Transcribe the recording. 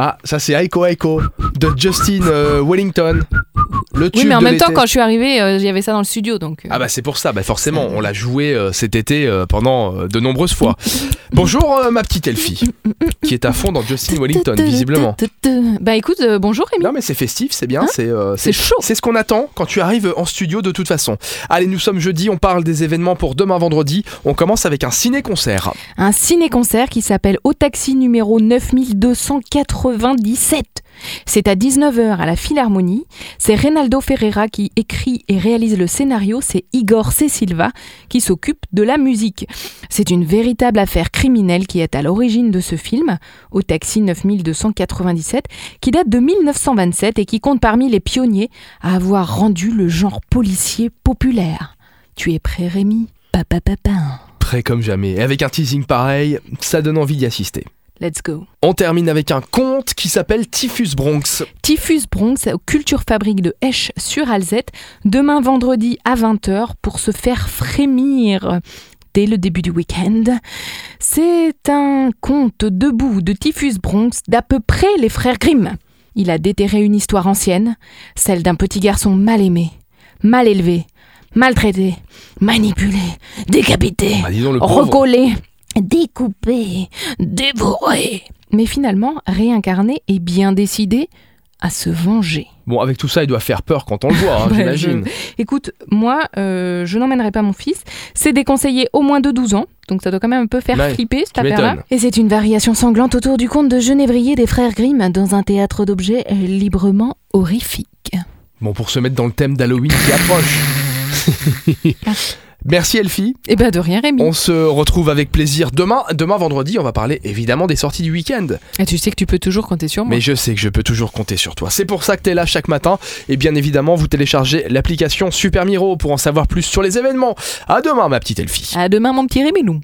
Ah, ça c'est Aiko Aiko de Justin euh, Wellington. Le tube Oui, mais en de même temps, l'été. quand je suis arrivée, euh, il y avait ça dans le studio. Donc, euh, Ah bah c'est pour ça, bah forcément, on l'a joué euh, cet été euh, pendant euh, de nombreuses fois. Bonjour euh, ma petite Elfie, qui est à fond dans Justin Wellington visiblement. Bah écoute, euh, bonjour Rémi. Non mais c'est festif, c'est bien, c'est euh, Hein C'est chaud. c'est ce qu'on attend quand tu arrives en studio de toute façon. Allez, nous sommes jeudi, on parle des événements pour demain vendredi. On commence avec un ciné-concert. Un ciné-concert qui s'appelle Au Taxi numéro 9297. C'est à 19h à la Philharmonie. C'est Reynaldo Ferreira qui écrit et réalise le scénario. C'est Igor C. Silva qui s'occupe de la musique. C'est une véritable affaire criminelle qui est à l'origine de ce film, Au Taxi 9297, qui date de 1927 et qui compte parmi les pionniers à avoir rendu le genre policier populaire. Tu es prêt, Rémi Papa, papa. Prêt comme jamais. Et avec un teasing pareil, ça donne envie d'y assister. Let's go. On termine avec un conte qui s'appelle Typhus Bronx. Typhus Bronx au Culture Fabrique de Hesch sur Alzette, demain vendredi à 20h pour se faire frémir dès le début du week-end. C'est un conte debout de Typhus Bronx d'à peu près les frères Grimm. Il a déterré une histoire ancienne, celle d'un petit garçon mal aimé, mal élevé, maltraité, manipulé, décapité Bah disons le pauvre. recoller, découper, dévorer. Mais finalement, réincarné et bien décidé à se venger. Bon, avec tout ça, il doit faire peur quand on le voit, hein, Ouais, j'imagine. Écoute, moi, euh, je n'emmènerai pas mon fils. C'est déconseillé au moins de 12 ans, donc ça doit quand même un peu faire Ouais, flipper cette tu affaire-là. m'étonnes. Et c'est une variation sanglante autour du conte de Genévrier des frères Grimm dans un théâtre d'objets euh, librement horrifique. Bon, pour se mettre dans le thème d'Halloween qui approche. Merci Elfie. Eh ben de rien, Rémi. On se retrouve avec plaisir demain. Demain vendredi, on va parler évidemment des sorties du week-end. Et Ah, tu sais que tu peux toujours compter sur moi. Mais je sais que je peux toujours compter sur toi. C'est pour ça que t'es là chaque matin. Et bien évidemment, vous téléchargez l'application Super Miro pour en savoir plus sur les événements. À demain, ma petite Elfie. À demain, mon petit Rémi, nous.